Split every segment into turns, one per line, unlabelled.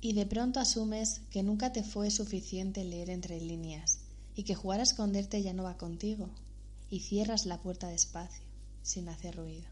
y de pronto asumes que nunca te fue suficiente leer entre líneas y que jugar a esconderte ya no va contigo y cierras la puerta despacio, sin hacer ruido.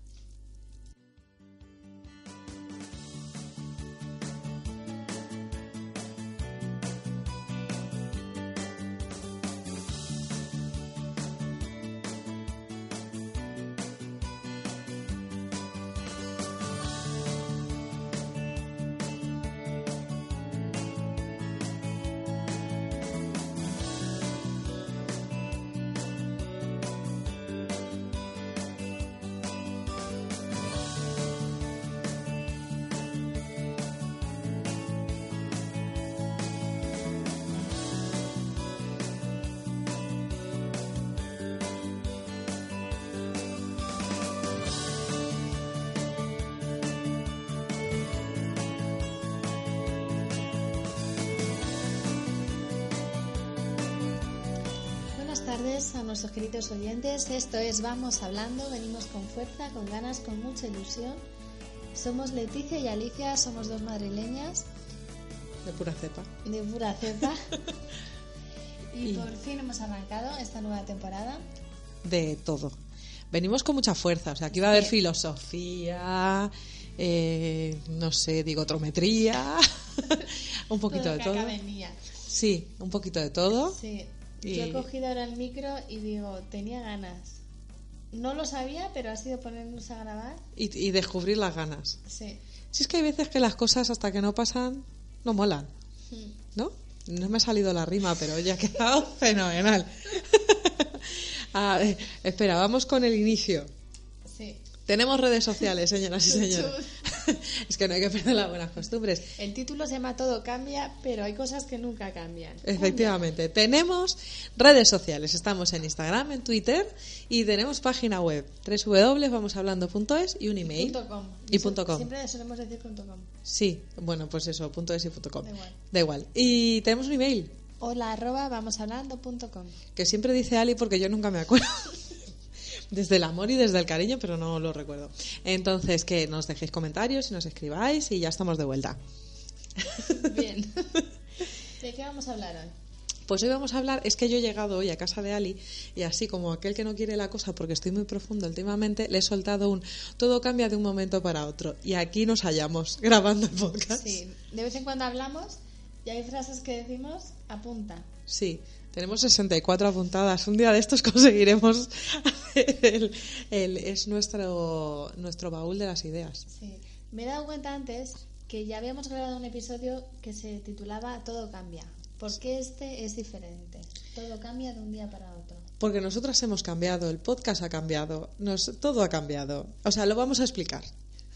tardes a nuestros queridos oyentes. Esto es Vamos Hablando. Venimos con fuerza, con ganas, con mucha ilusión. Somos Leticia y Alicia, somos dos madrileñas.
De pura cepa.
De pura cepa. y, y, por fin hemos arrancado esta nueva temporada.
De todo. Venimos con mucha fuerza. O sea, aquí va a haber filosofía, eh, no sé, digotrometría, un poquito todo de todo.
Venía.
Sí, un poquito de todo.
Sí. Sí. Yo he cogido ahora el micro y digo, tenía ganas. No lo sabía, pero ha sido ponernos a grabar.
Y, y, descubrir las ganas.
Sí.
Si es que hay veces que las cosas hasta que no pasan, no molan. Sí. ¿No? No me ha salido la rima, pero ya ha quedado fenomenal. a ver, espera, vamos con el inicio.
Sí.
Tenemos redes sociales, señoras y señores. es que no hay que perder las buenas costumbres.
El título se llama Todo cambia, pero hay cosas que nunca cambian.
Efectivamente, tenemos redes sociales. Estamos en Instagram, en Twitter y tenemos página web www.vamoshablando.es y un email.
Y, punto com.
y punto com.
Siempre solemos decir punto com.
Sí, bueno, pues eso, punto .es y punto .com.
Da igual.
Da igual. Y tenemos un email.
Hola arroba vamoshablando.com.
Que siempre dice Ali porque yo nunca me acuerdo. desde el amor y desde el cariño, pero no lo recuerdo. Entonces, que nos dejéis comentarios y nos escribáis y ya estamos de vuelta.
Bien. ¿De qué vamos a hablar hoy?
Pues hoy vamos a hablar, es que yo he llegado hoy a casa de Ali y así como aquel que no quiere la cosa porque estoy muy profundo últimamente, le he soltado un todo cambia de un momento para otro y aquí nos hallamos grabando el podcast.
Sí, de vez en cuando hablamos y hay frases que decimos apunta.
Sí, tenemos 64 apuntadas. Un día de estos conseguiremos hacer el, el, es nuestro nuestro baúl de las ideas.
Sí. Me he dado cuenta antes que ya habíamos grabado un episodio que se titulaba Todo cambia. ¿Por qué este es diferente? Todo cambia de un día para otro.
Porque nosotras hemos cambiado, el podcast ha cambiado, nos, todo ha cambiado. O sea, lo vamos a explicar.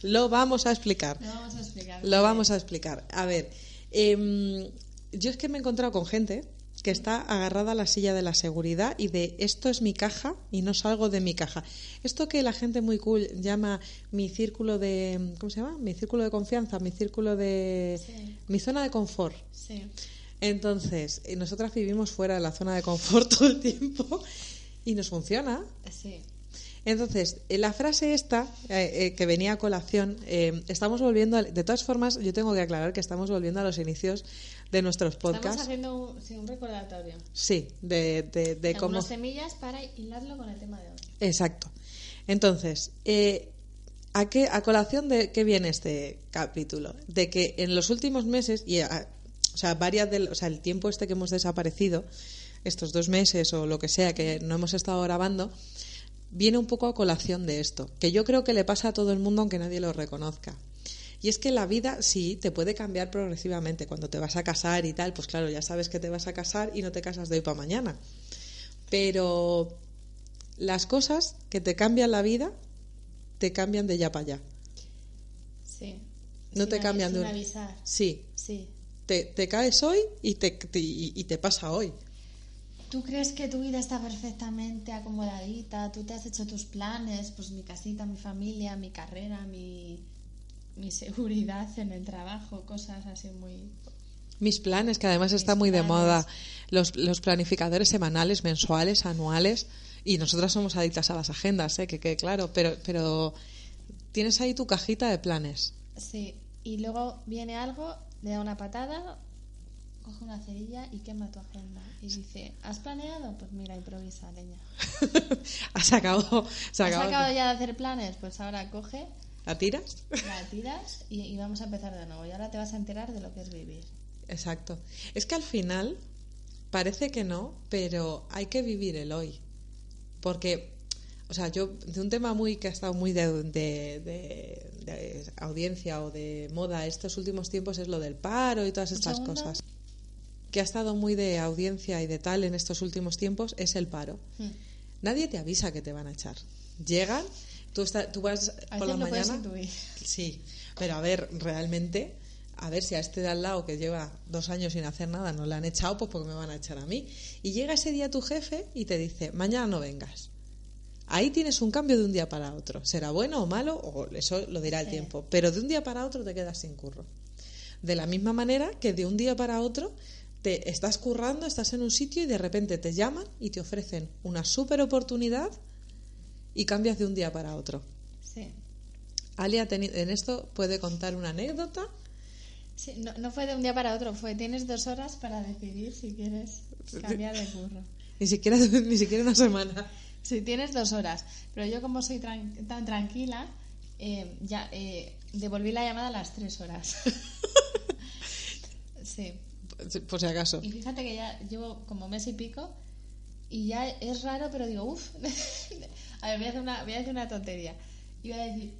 Lo vamos a explicar.
Lo vamos a explicar.
Lo vamos a explicar. A ver, eh, yo es que me he encontrado con gente que está agarrada a la silla de la seguridad y de esto es mi caja y no salgo de mi caja. Esto que la gente muy cool llama mi círculo de ¿cómo se llama? Mi círculo de confianza, mi círculo de
sí.
mi zona de confort.
Sí.
Entonces, nosotras vivimos fuera de la zona de confort todo el tiempo y nos funciona.
Sí.
Entonces, la frase esta eh, eh, que venía a colación, eh, estamos volviendo, a, de todas formas, yo tengo que aclarar que estamos volviendo a los inicios de nuestros podcasts.
Estamos haciendo un, sí, un recordatorio.
Sí, de, de, de cómo...
semillas para hilarlo con el tema de hoy.
Exacto. Entonces, eh, ¿a, qué, ¿a colación de qué viene este capítulo? De que en los últimos meses, y a, o sea, varias de, o sea, el tiempo este que hemos desaparecido, estos dos meses o lo que sea que no hemos estado grabando, viene un poco a colación de esto, que yo creo que le pasa a todo el mundo aunque nadie lo reconozca. Y es que la vida sí te puede cambiar progresivamente. Cuando te vas a casar y tal, pues claro, ya sabes que te vas a casar y no te casas de hoy para mañana. Pero las cosas que te cambian la vida, te cambian de ya para allá.
Sí.
No
sin
te cambian
sin
de un...
avisar.
Sí.
Sí.
Te, te caes hoy y te, te, y, y te pasa hoy.
¿Tú crees que tu vida está perfectamente acomodadita? ¿Tú te has hecho tus planes? Pues mi casita, mi familia, mi carrera, mi, mi seguridad en el trabajo, cosas así muy...
Mis planes, que además está
Mis
muy de
planes.
moda. Los, los planificadores semanales, mensuales, anuales. Y nosotras somos adictas a las agendas, ¿eh? que quede claro. Pero, pero tienes ahí tu cajita de planes.
Sí, y luego viene algo, le da una patada, coge una cerilla y quema tu agenda. Y dice, ¿has planeado? Pues mira, improvisa, leña.
Has acabado. Se
¿Has
acabó.
acabado ya de hacer planes? Pues ahora coge,
¿La tiras?
la tiras y, y vamos a empezar de nuevo. Y ahora te vas a enterar de lo que es vivir.
Exacto. Es que al final parece que no, pero hay que vivir el hoy. Porque, o sea, yo, de un tema muy que ha estado muy de, de- de- de audiencia o de moda estos últimos tiempos es lo del paro y todas
Un
estas
segundo.
cosas. Que ha estado muy de audiencia y de tal en estos últimos tiempos es el paro.
Hmm.
Nadie te avisa que te van a echar. Llegan, tú, está- tú vas
A veces
por la
lo puedes
mañana.
intuir.
Sí, pero a ver, realmente, a ver si a este de al lado que lleva dos años sin hacer nada no le han echado, pues porque me van a echar a mí. Y llega ese día tu jefe y te dice, mañana no vengas. Ahí tienes un cambio de un día para otro. Será bueno o malo, o eso lo dirá el
Sí.
tiempo. Pero de un día para otro te quedas sin curro. De la misma manera que de un día para otro te estás currando, estás en un sitio y de repente te llaman y te ofrecen una super oportunidad y cambias de un día para otro.
Sí.
Ali ha tenido, en esto puede contar una anécdota.
Sí, no, no fue de un día para otro, fue tienes dos horas para decidir si quieres cambiar de curro.
Ni siquiera, ni siquiera una semana.
Sí, tienes dos horas, pero yo como soy tran- tan tranquila, eh, ya eh, devolví la llamada a las tres horas. sí,
Por si acaso.
y fíjate que ya llevo como mes y pico y ya es raro, pero digo, uff, a ver, voy a, hacer una, voy a hacer una tontería. Iba a decir,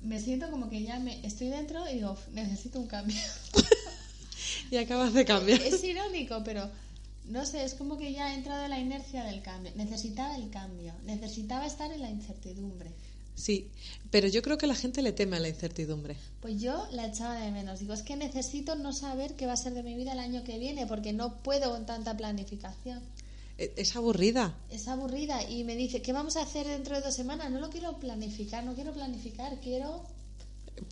me siento como que ya me estoy dentro y digo, "Uf, necesito un cambio.
Y acabas de cambiar.
Es irónico, pero no sé, es como que ya he entrado en la inercia del cambio. Necesitaba el cambio, necesitaba estar en la incertidumbre.
Sí, pero yo creo que la gente le teme a la incertidumbre.
Pues yo la echaba de menos. Digo, es que necesito no saber qué va a ser de mi vida el año que viene porque no puedo con tanta planificación.
E- Es aburrida.
Es aburrida y me dice, ¿qué vamos a hacer dentro de dos semanas? No lo quiero planificar, no quiero planificar, quiero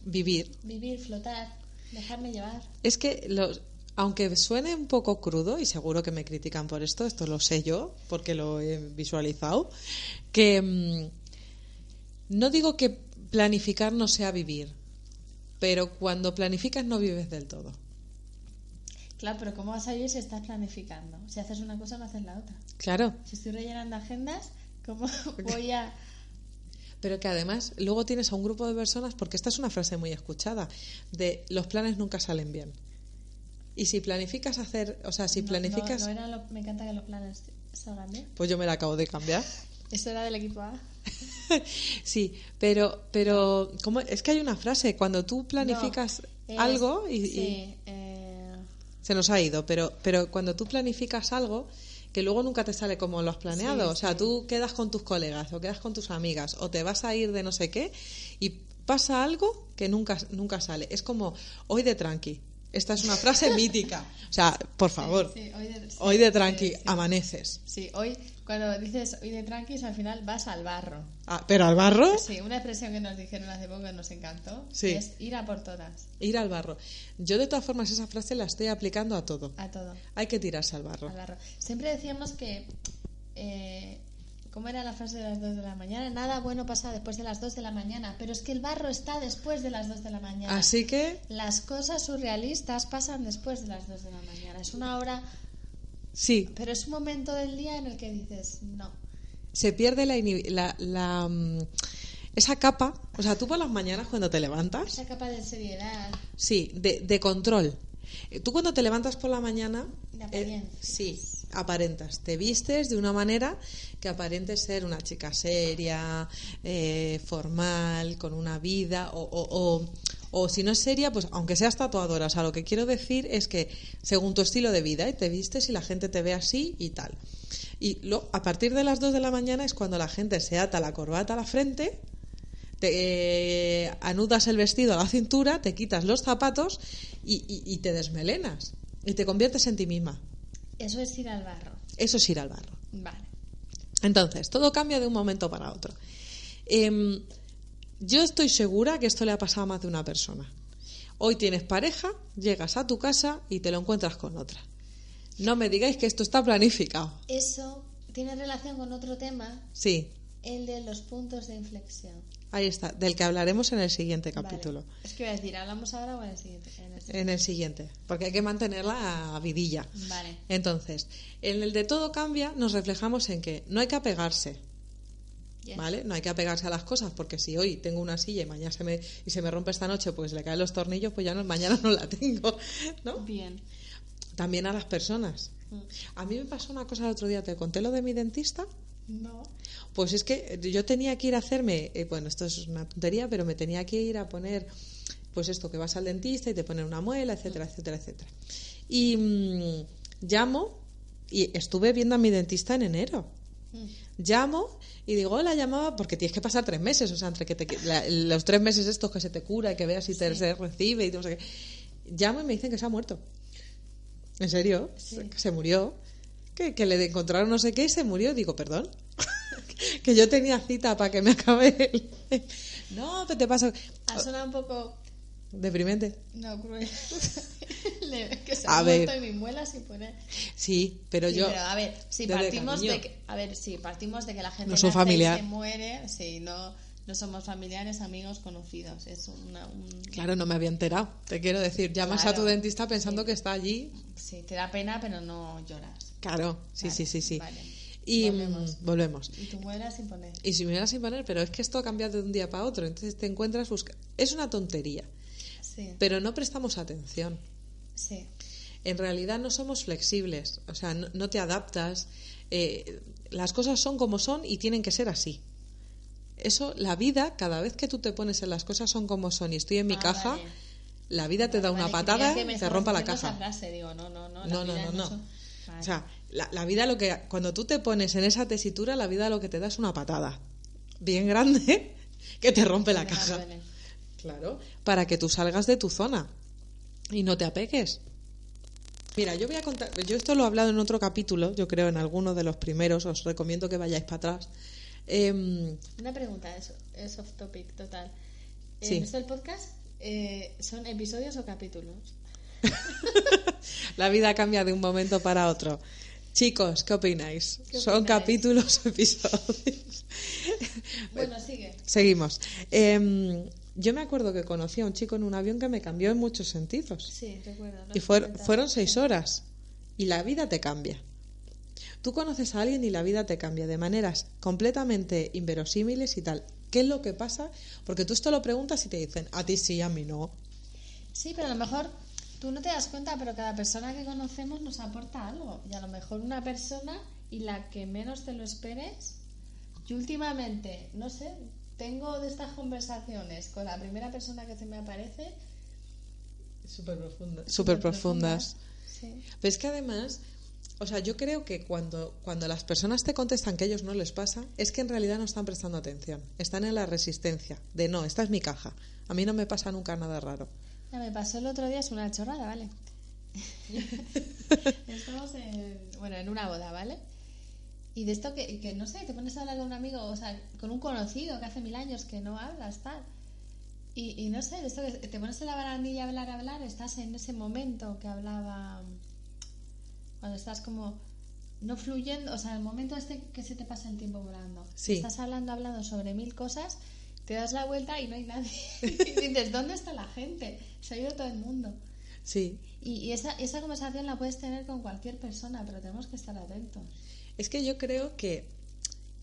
Vivir.
vivir, flotar, dejarme llevar.
Es que los, aunque suene un poco crudo, y seguro que me critican por esto, esto lo sé yo, porque lo he visualizado, que mm, no digo que planificar no sea vivir, pero cuando planificas no vives del todo.
Claro, pero ¿cómo vas a vivir si estás planificando? Si haces una cosa, no haces la otra.
Claro,
Si estoy rellenando agendas, ¿cómo voy a...?
Pero que además luego tienes a un grupo de personas, porque esta es una frase muy escuchada, de los planes nunca salen bien. Y si planificas hacer, o sea, si
No,
planificas,
no, no eran lo- me encanta que los planes salgan bien.
pues yo me la acabo de cambiar.
Eso era del equipo A.
sí, pero, pero ¿cómo? es que hay una frase, cuando tú planificas
No, es-
algo y, y
Sí, eh,
se nos ha ido, pero, pero cuando tú planificas algo que luego nunca te sale como lo has planeado,
Sí,
o sea,
sí.
tú quedas con tus colegas o quedas con tus amigas o te vas a ir de no sé qué y pasa algo que nunca, nunca sale. Es como hoy de tranqui. Esta es una frase mítica. O sea, por favor,
sí, hoy de, sí, eh,
hoy de tranqui,
Sí, sí.
amaneces.
Sí, hoy, cuando dices hoy de tranquis, al final vas al barro.
Ah, pero al barro,
Sí, una expresión que nos dijeron hace poco que nos encantó
Sí.
es ir a por todas,
ir al barro. Yo de todas formas esa frase la estoy aplicando a todo.
a todo.
Hay que tirarse al barro.
Al barro. Siempre decíamos que. eh, ¿Cómo era la frase de las 2 de la mañana? Nada bueno pasa después de las 2 de la mañana, pero es que el barro está después de las 2 de la mañana.
Así que
Las cosas surrealistas pasan después de las 2 de la mañana. Es una hora,
sí,
pero es un momento del día en el que dices, no.
se pierde la, inhi- la- la, mm, esa capa, o sea, tú por las mañanas cuando te levantas,
Esa capa de seriedad,
sí, de, de control. Eh, Tú cuando te levantas por la mañana,
de
eh,
apariencia.
sí, aparentas, te vistes de una manera que aparentes ser una chica seria, eh, formal, con una vida, o, o- o- o si no es seria, pues aunque seas tatuadora, o sea, lo que quiero decir es que según tu estilo de vida, eh, te vistes y la gente te ve así y tal. Y lo- a partir de las 2 de la mañana es cuando la gente se ata la corbata a la frente, te eh, anudas el vestido a la cintura, te quitas los zapatos y, y- y te desmelenas. Y te conviertes en ti misma.
Eso es ir al barro.
Eso es ir al barro.
Vale.
Entonces, todo cambia de un momento para otro. Em, yo estoy segura que esto le ha pasado a más de una persona. Hoy tienes pareja, llegas a tu casa y te lo encuentras con otra. No me digáis que esto está planificado.
Eso tiene relación con otro tema,
Sí,
el de los puntos de inflexión.
Ahí está, del que hablaremos en el siguiente capítulo.
Vale. Es que voy a decir, ¿hablamos ahora o en el siguiente? En el siguiente.
En el siguiente, porque hay que mantenerla a vidilla.
Vale.
Entonces, en el de todo cambia nos reflejamos en que no hay que apegarse,
Yes.
¿vale? No hay que apegarse a las cosas porque si hoy tengo una silla y mañana se me, y se me rompe esta noche, pues le caen los tornillos, pues ya no, mañana no la tengo, ¿no?
Bien.
También a las personas.
Mm.
A mí me pasó una cosa el otro día, te conté lo de mi dentista.
Mm. No.
Pues es que yo tenía que ir a hacerme, eh, bueno, esto es una tontería, pero me tenía que ir a poner, pues esto, que vas al dentista y te ponen una muela, etcétera, etcétera, etcétera. Y mm, llamo y estuve viendo a mi dentista en enero.
Mm.
Llamo y digo, hola, llamaba, porque tienes que pasar tres meses, o sea, entre que te- la- los tres meses estos que se te cura y que veas si te
Sí.
se recibe y todo, no sé qué. Llamo y me dicen que se ha muerto. ¿En serio?
Sí.
Que se murió. Que, que le encontraron no sé qué y se murió. Digo, perdón. que yo tenía cita para que me acabe el... no, pero te pasa...
Ha sonado un poco.
Deprimente.
No, cruel. Le- que se
A
ha
ver.
muerto y mi muela sin poner.
Sí, pero
Sí,
yo...
pero a ver, si
yo de
partimos de,
cariño.
que, a ver, si partimos de que la gente
No son
nace y
familiar.
se muere, sí, no, no somos familiares, amigos, conocidos. Es una, un-
Claro, no me había enterado. Te quiero decir, llamas a
Claro.
tu dentista pensando
Sí.
que está allí.
sí, te da pena, pero no lloras.
Claro, sí,
Vale,
sí, sí, sí.
vale.
Y mm,
Volvemos.
volvemos.
Y tu muela sin poner.
Y si me ibas sin poner, pero es que esto ha cambiado de un día para otro, entonces te encuentras busca Es una tontería,
Sí,
pero no prestamos atención.
sí.
En realidad no somos flexibles, o sea, no, no te adaptas. eh, las cosas son como son y tienen que ser así. Eso, la vida, cada vez que tú te pones en las cosas son como son y estoy en mi
Ah,
caja,
vale.
la vida te da
Vale,
una
que
patada
creía que me
y te
estabas
rompa la
diciendo
caja.
esa frase, digo, no, no, no. la
No, no,
vida
no, no.
son- Vale.
O sea, la, la vida lo que cuando tú te pones en esa tesitura, la vida lo que te da es una patada bien grande que te rompe la
Me
caja.
duele.
Claro, para que tú salgas de tu zona y no te apegues. Mira, yo voy a contar, yo esto lo he hablado en otro capítulo, yo creo en alguno de los primeros, os recomiendo que vayáis para atrás. Em,
Una pregunta, es, es off topic total. ¿En
Sí.
esto del podcast eh, son episodios o capítulos?
la vida cambia de un momento para otro. Chicos, ¿qué opináis?
¿Qué
¿Son
opináis?
capítulos o episodios? Eh,
Bueno, sigue.
Seguimos. Em, yo me acuerdo que conocí a un chico en un avión que me cambió en muchos sentidos.
Sí, recuerdo. lo
Y
has
fuer-
comentado.
fueron seis
Sí.
horas. Y la vida te cambia. Tú conoces a alguien y la vida te cambia de maneras completamente inverosímiles y tal. ¿Qué es lo que pasa? Porque tú esto lo preguntas y te dicen, a ti sí, a mí no.
Sí, pero a lo mejor tú no te das cuenta, pero cada persona que conocemos nos aporta algo. Y a lo mejor una persona y la que menos te lo esperes. Yo últimamente, no sé, tengo de estas conversaciones con la primera persona que se me aparece.
Súper profundas.
súper
Súper profundas.
Sí.
Pero es que además, o sea, yo creo que cuando, cuando las personas te contestan que a ellos no les pasa, es que en realidad no están prestando atención. Están en la resistencia de no, esta es mi caja. A mí no me pasa nunca nada raro.
Ya me pasó el otro día, es una chorrada, ¿vale? Estamos en, bueno, en una boda, ¿vale? Y de esto que, que, no sé, te pones a hablar con un amigo, o sea, con un conocido que hace mil años que no hablas, tal. Y, y no sé, de esto que te pones en la barandilla a hablar, a hablar, estás en ese momento que hablaba, cuando estás como no fluyendo, o sea, el momento este que se te pasa el tiempo volando.
Sí.
Estás hablando, hablando sobre mil cosas, te das la vuelta y no hay nadie. y dices, ¿dónde está la gente? Se ha ido todo el mundo.
Sí,
Y, y esa, esa conversación la puedes tener con cualquier persona, pero tenemos que estar atentos.
Es que yo creo que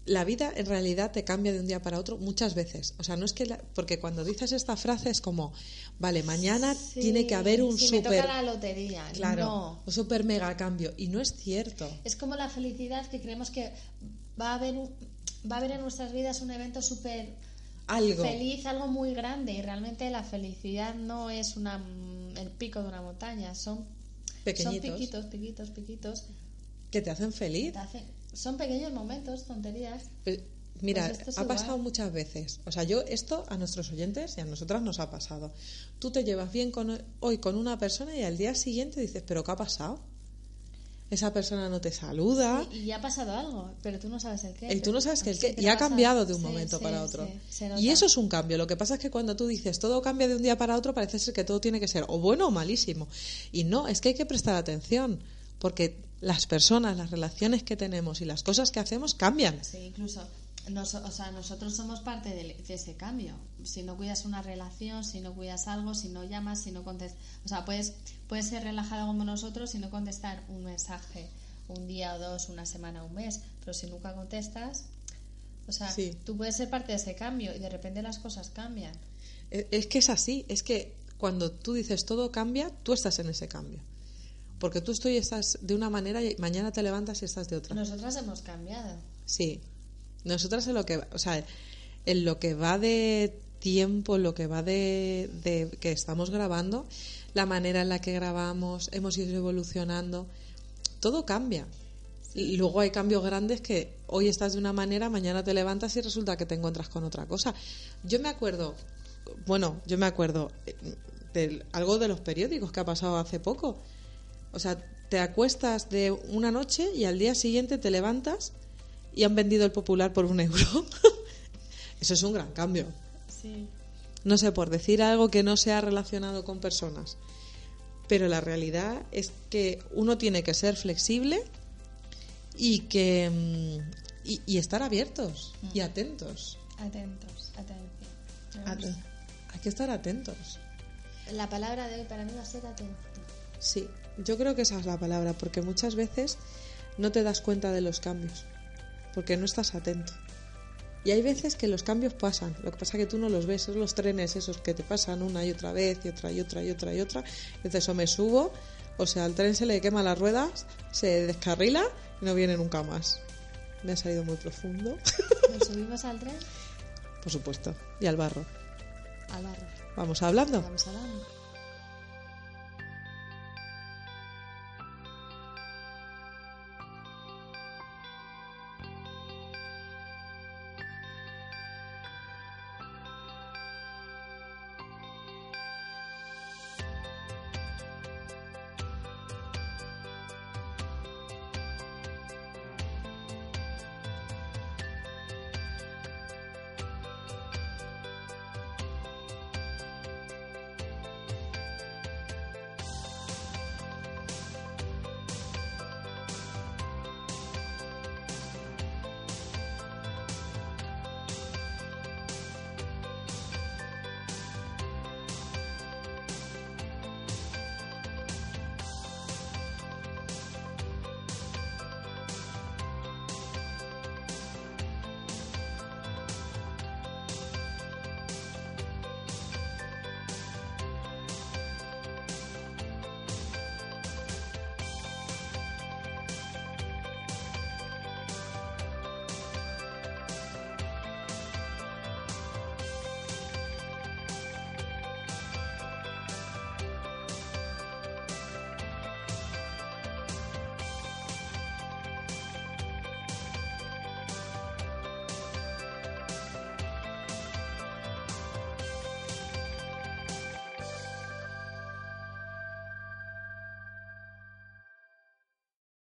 la vida en realidad te cambia de un día para otro muchas veces. O sea, no es que. la- porque cuando dices esta frase es como, vale, mañana
Sí,
tiene que haber un
si me
super.
toca la lotería.
Claro,
No.
un super mega cambio. Y no es cierto.
Es como la felicidad que creemos que va a haber, un- va a haber en nuestras vidas un evento súper
Algo.
feliz, algo muy grande. Y realmente la felicidad no es una, mm, el pico de una montaña, son, son
Pequeñitos.
piquitos, piquitos, piquitos.
Que te hacen feliz.
Te hacen- son pequeños momentos, tonterías.
Pues, Mira,
Pues esto es
ha
igual.
pasado muchas veces. O sea, yo esto a nuestros oyentes y a nosotras nos ha pasado. Tú te llevas bien con, hoy con una persona y al día siguiente dices, ¿pero qué ha pasado? Esa persona no te saluda.
Y, y ya ha pasado algo, pero tú no sabes el qué.
El tú no sabes que el
Sí
qué.
te
Y ha
pasa.
cambiado de un
Sí,
momento
sí,
para otro.
sí, se nota.
y eso es un cambio. Lo que pasa es que cuando tú dices todo cambia de un día para otro, parece ser que todo tiene que ser o bueno o malísimo. Y no, es que hay que prestar atención. Porque las personas, las relaciones que tenemos y las cosas que hacemos cambian.
Sí, incluso Nos- o sea, nosotros somos parte del- de ese cambio. Si no cuidas una relación, si no cuidas algo, si no llamas, si no contestas. O sea, puedes, puedes ser relajado como nosotros y no contestar un mensaje un día o dos, una semana, un mes. Pero si nunca contestas, o sea,
Sí.
tú puedes ser parte de ese cambio y de repente las cosas cambian.
E- Es que es así, es que cuando tú dices todo cambia, tú estás en ese cambio. Porque tú estoy, estás de una manera y mañana te levantas y estás de otra.
Nosotras hemos cambiado.
Sí. Nosotras en lo que, o sea, en lo que va de tiempo, en lo que va de, de que estamos grabando, la manera en la que grabamos, hemos ido evolucionando, todo cambia. Y luego hay cambios grandes que hoy estás de una manera, mañana te levantas y resulta que te encuentras con otra cosa. Yo me acuerdo, bueno, yo me acuerdo eh, de algo de los periódicos que ha pasado hace poco. O sea, te acuestas de una noche y al día siguiente te levantas y han vendido el popular por un euro. Eso es un gran cambio.
Sí.
No sé, por decir algo que no sea relacionado con personas. Pero la realidad es que uno tiene que ser flexible y que mm, y, y estar abiertos y atentos.
Atentos, atención. Me
Aten-
gusta.
Hay que estar atentos.
La palabra de hoy para mí va a ser atención.
Sí, yo creo que esa es la palabra, porque muchas veces no te das cuenta de los cambios, porque no estás atento. Y hay veces que los cambios pasan, lo que pasa que tú no los ves, es los trenes esos que te pasan una y otra vez, y otra y otra y otra y otra. Entonces, o me subo, o sea, al tren se le quema las ruedas, se descarrila y no viene nunca más. Me ha salido muy profundo,
Nos subimos al tren
por supuesto, y al barro.
al barro.
Vamos hablando.
Vamos hablando.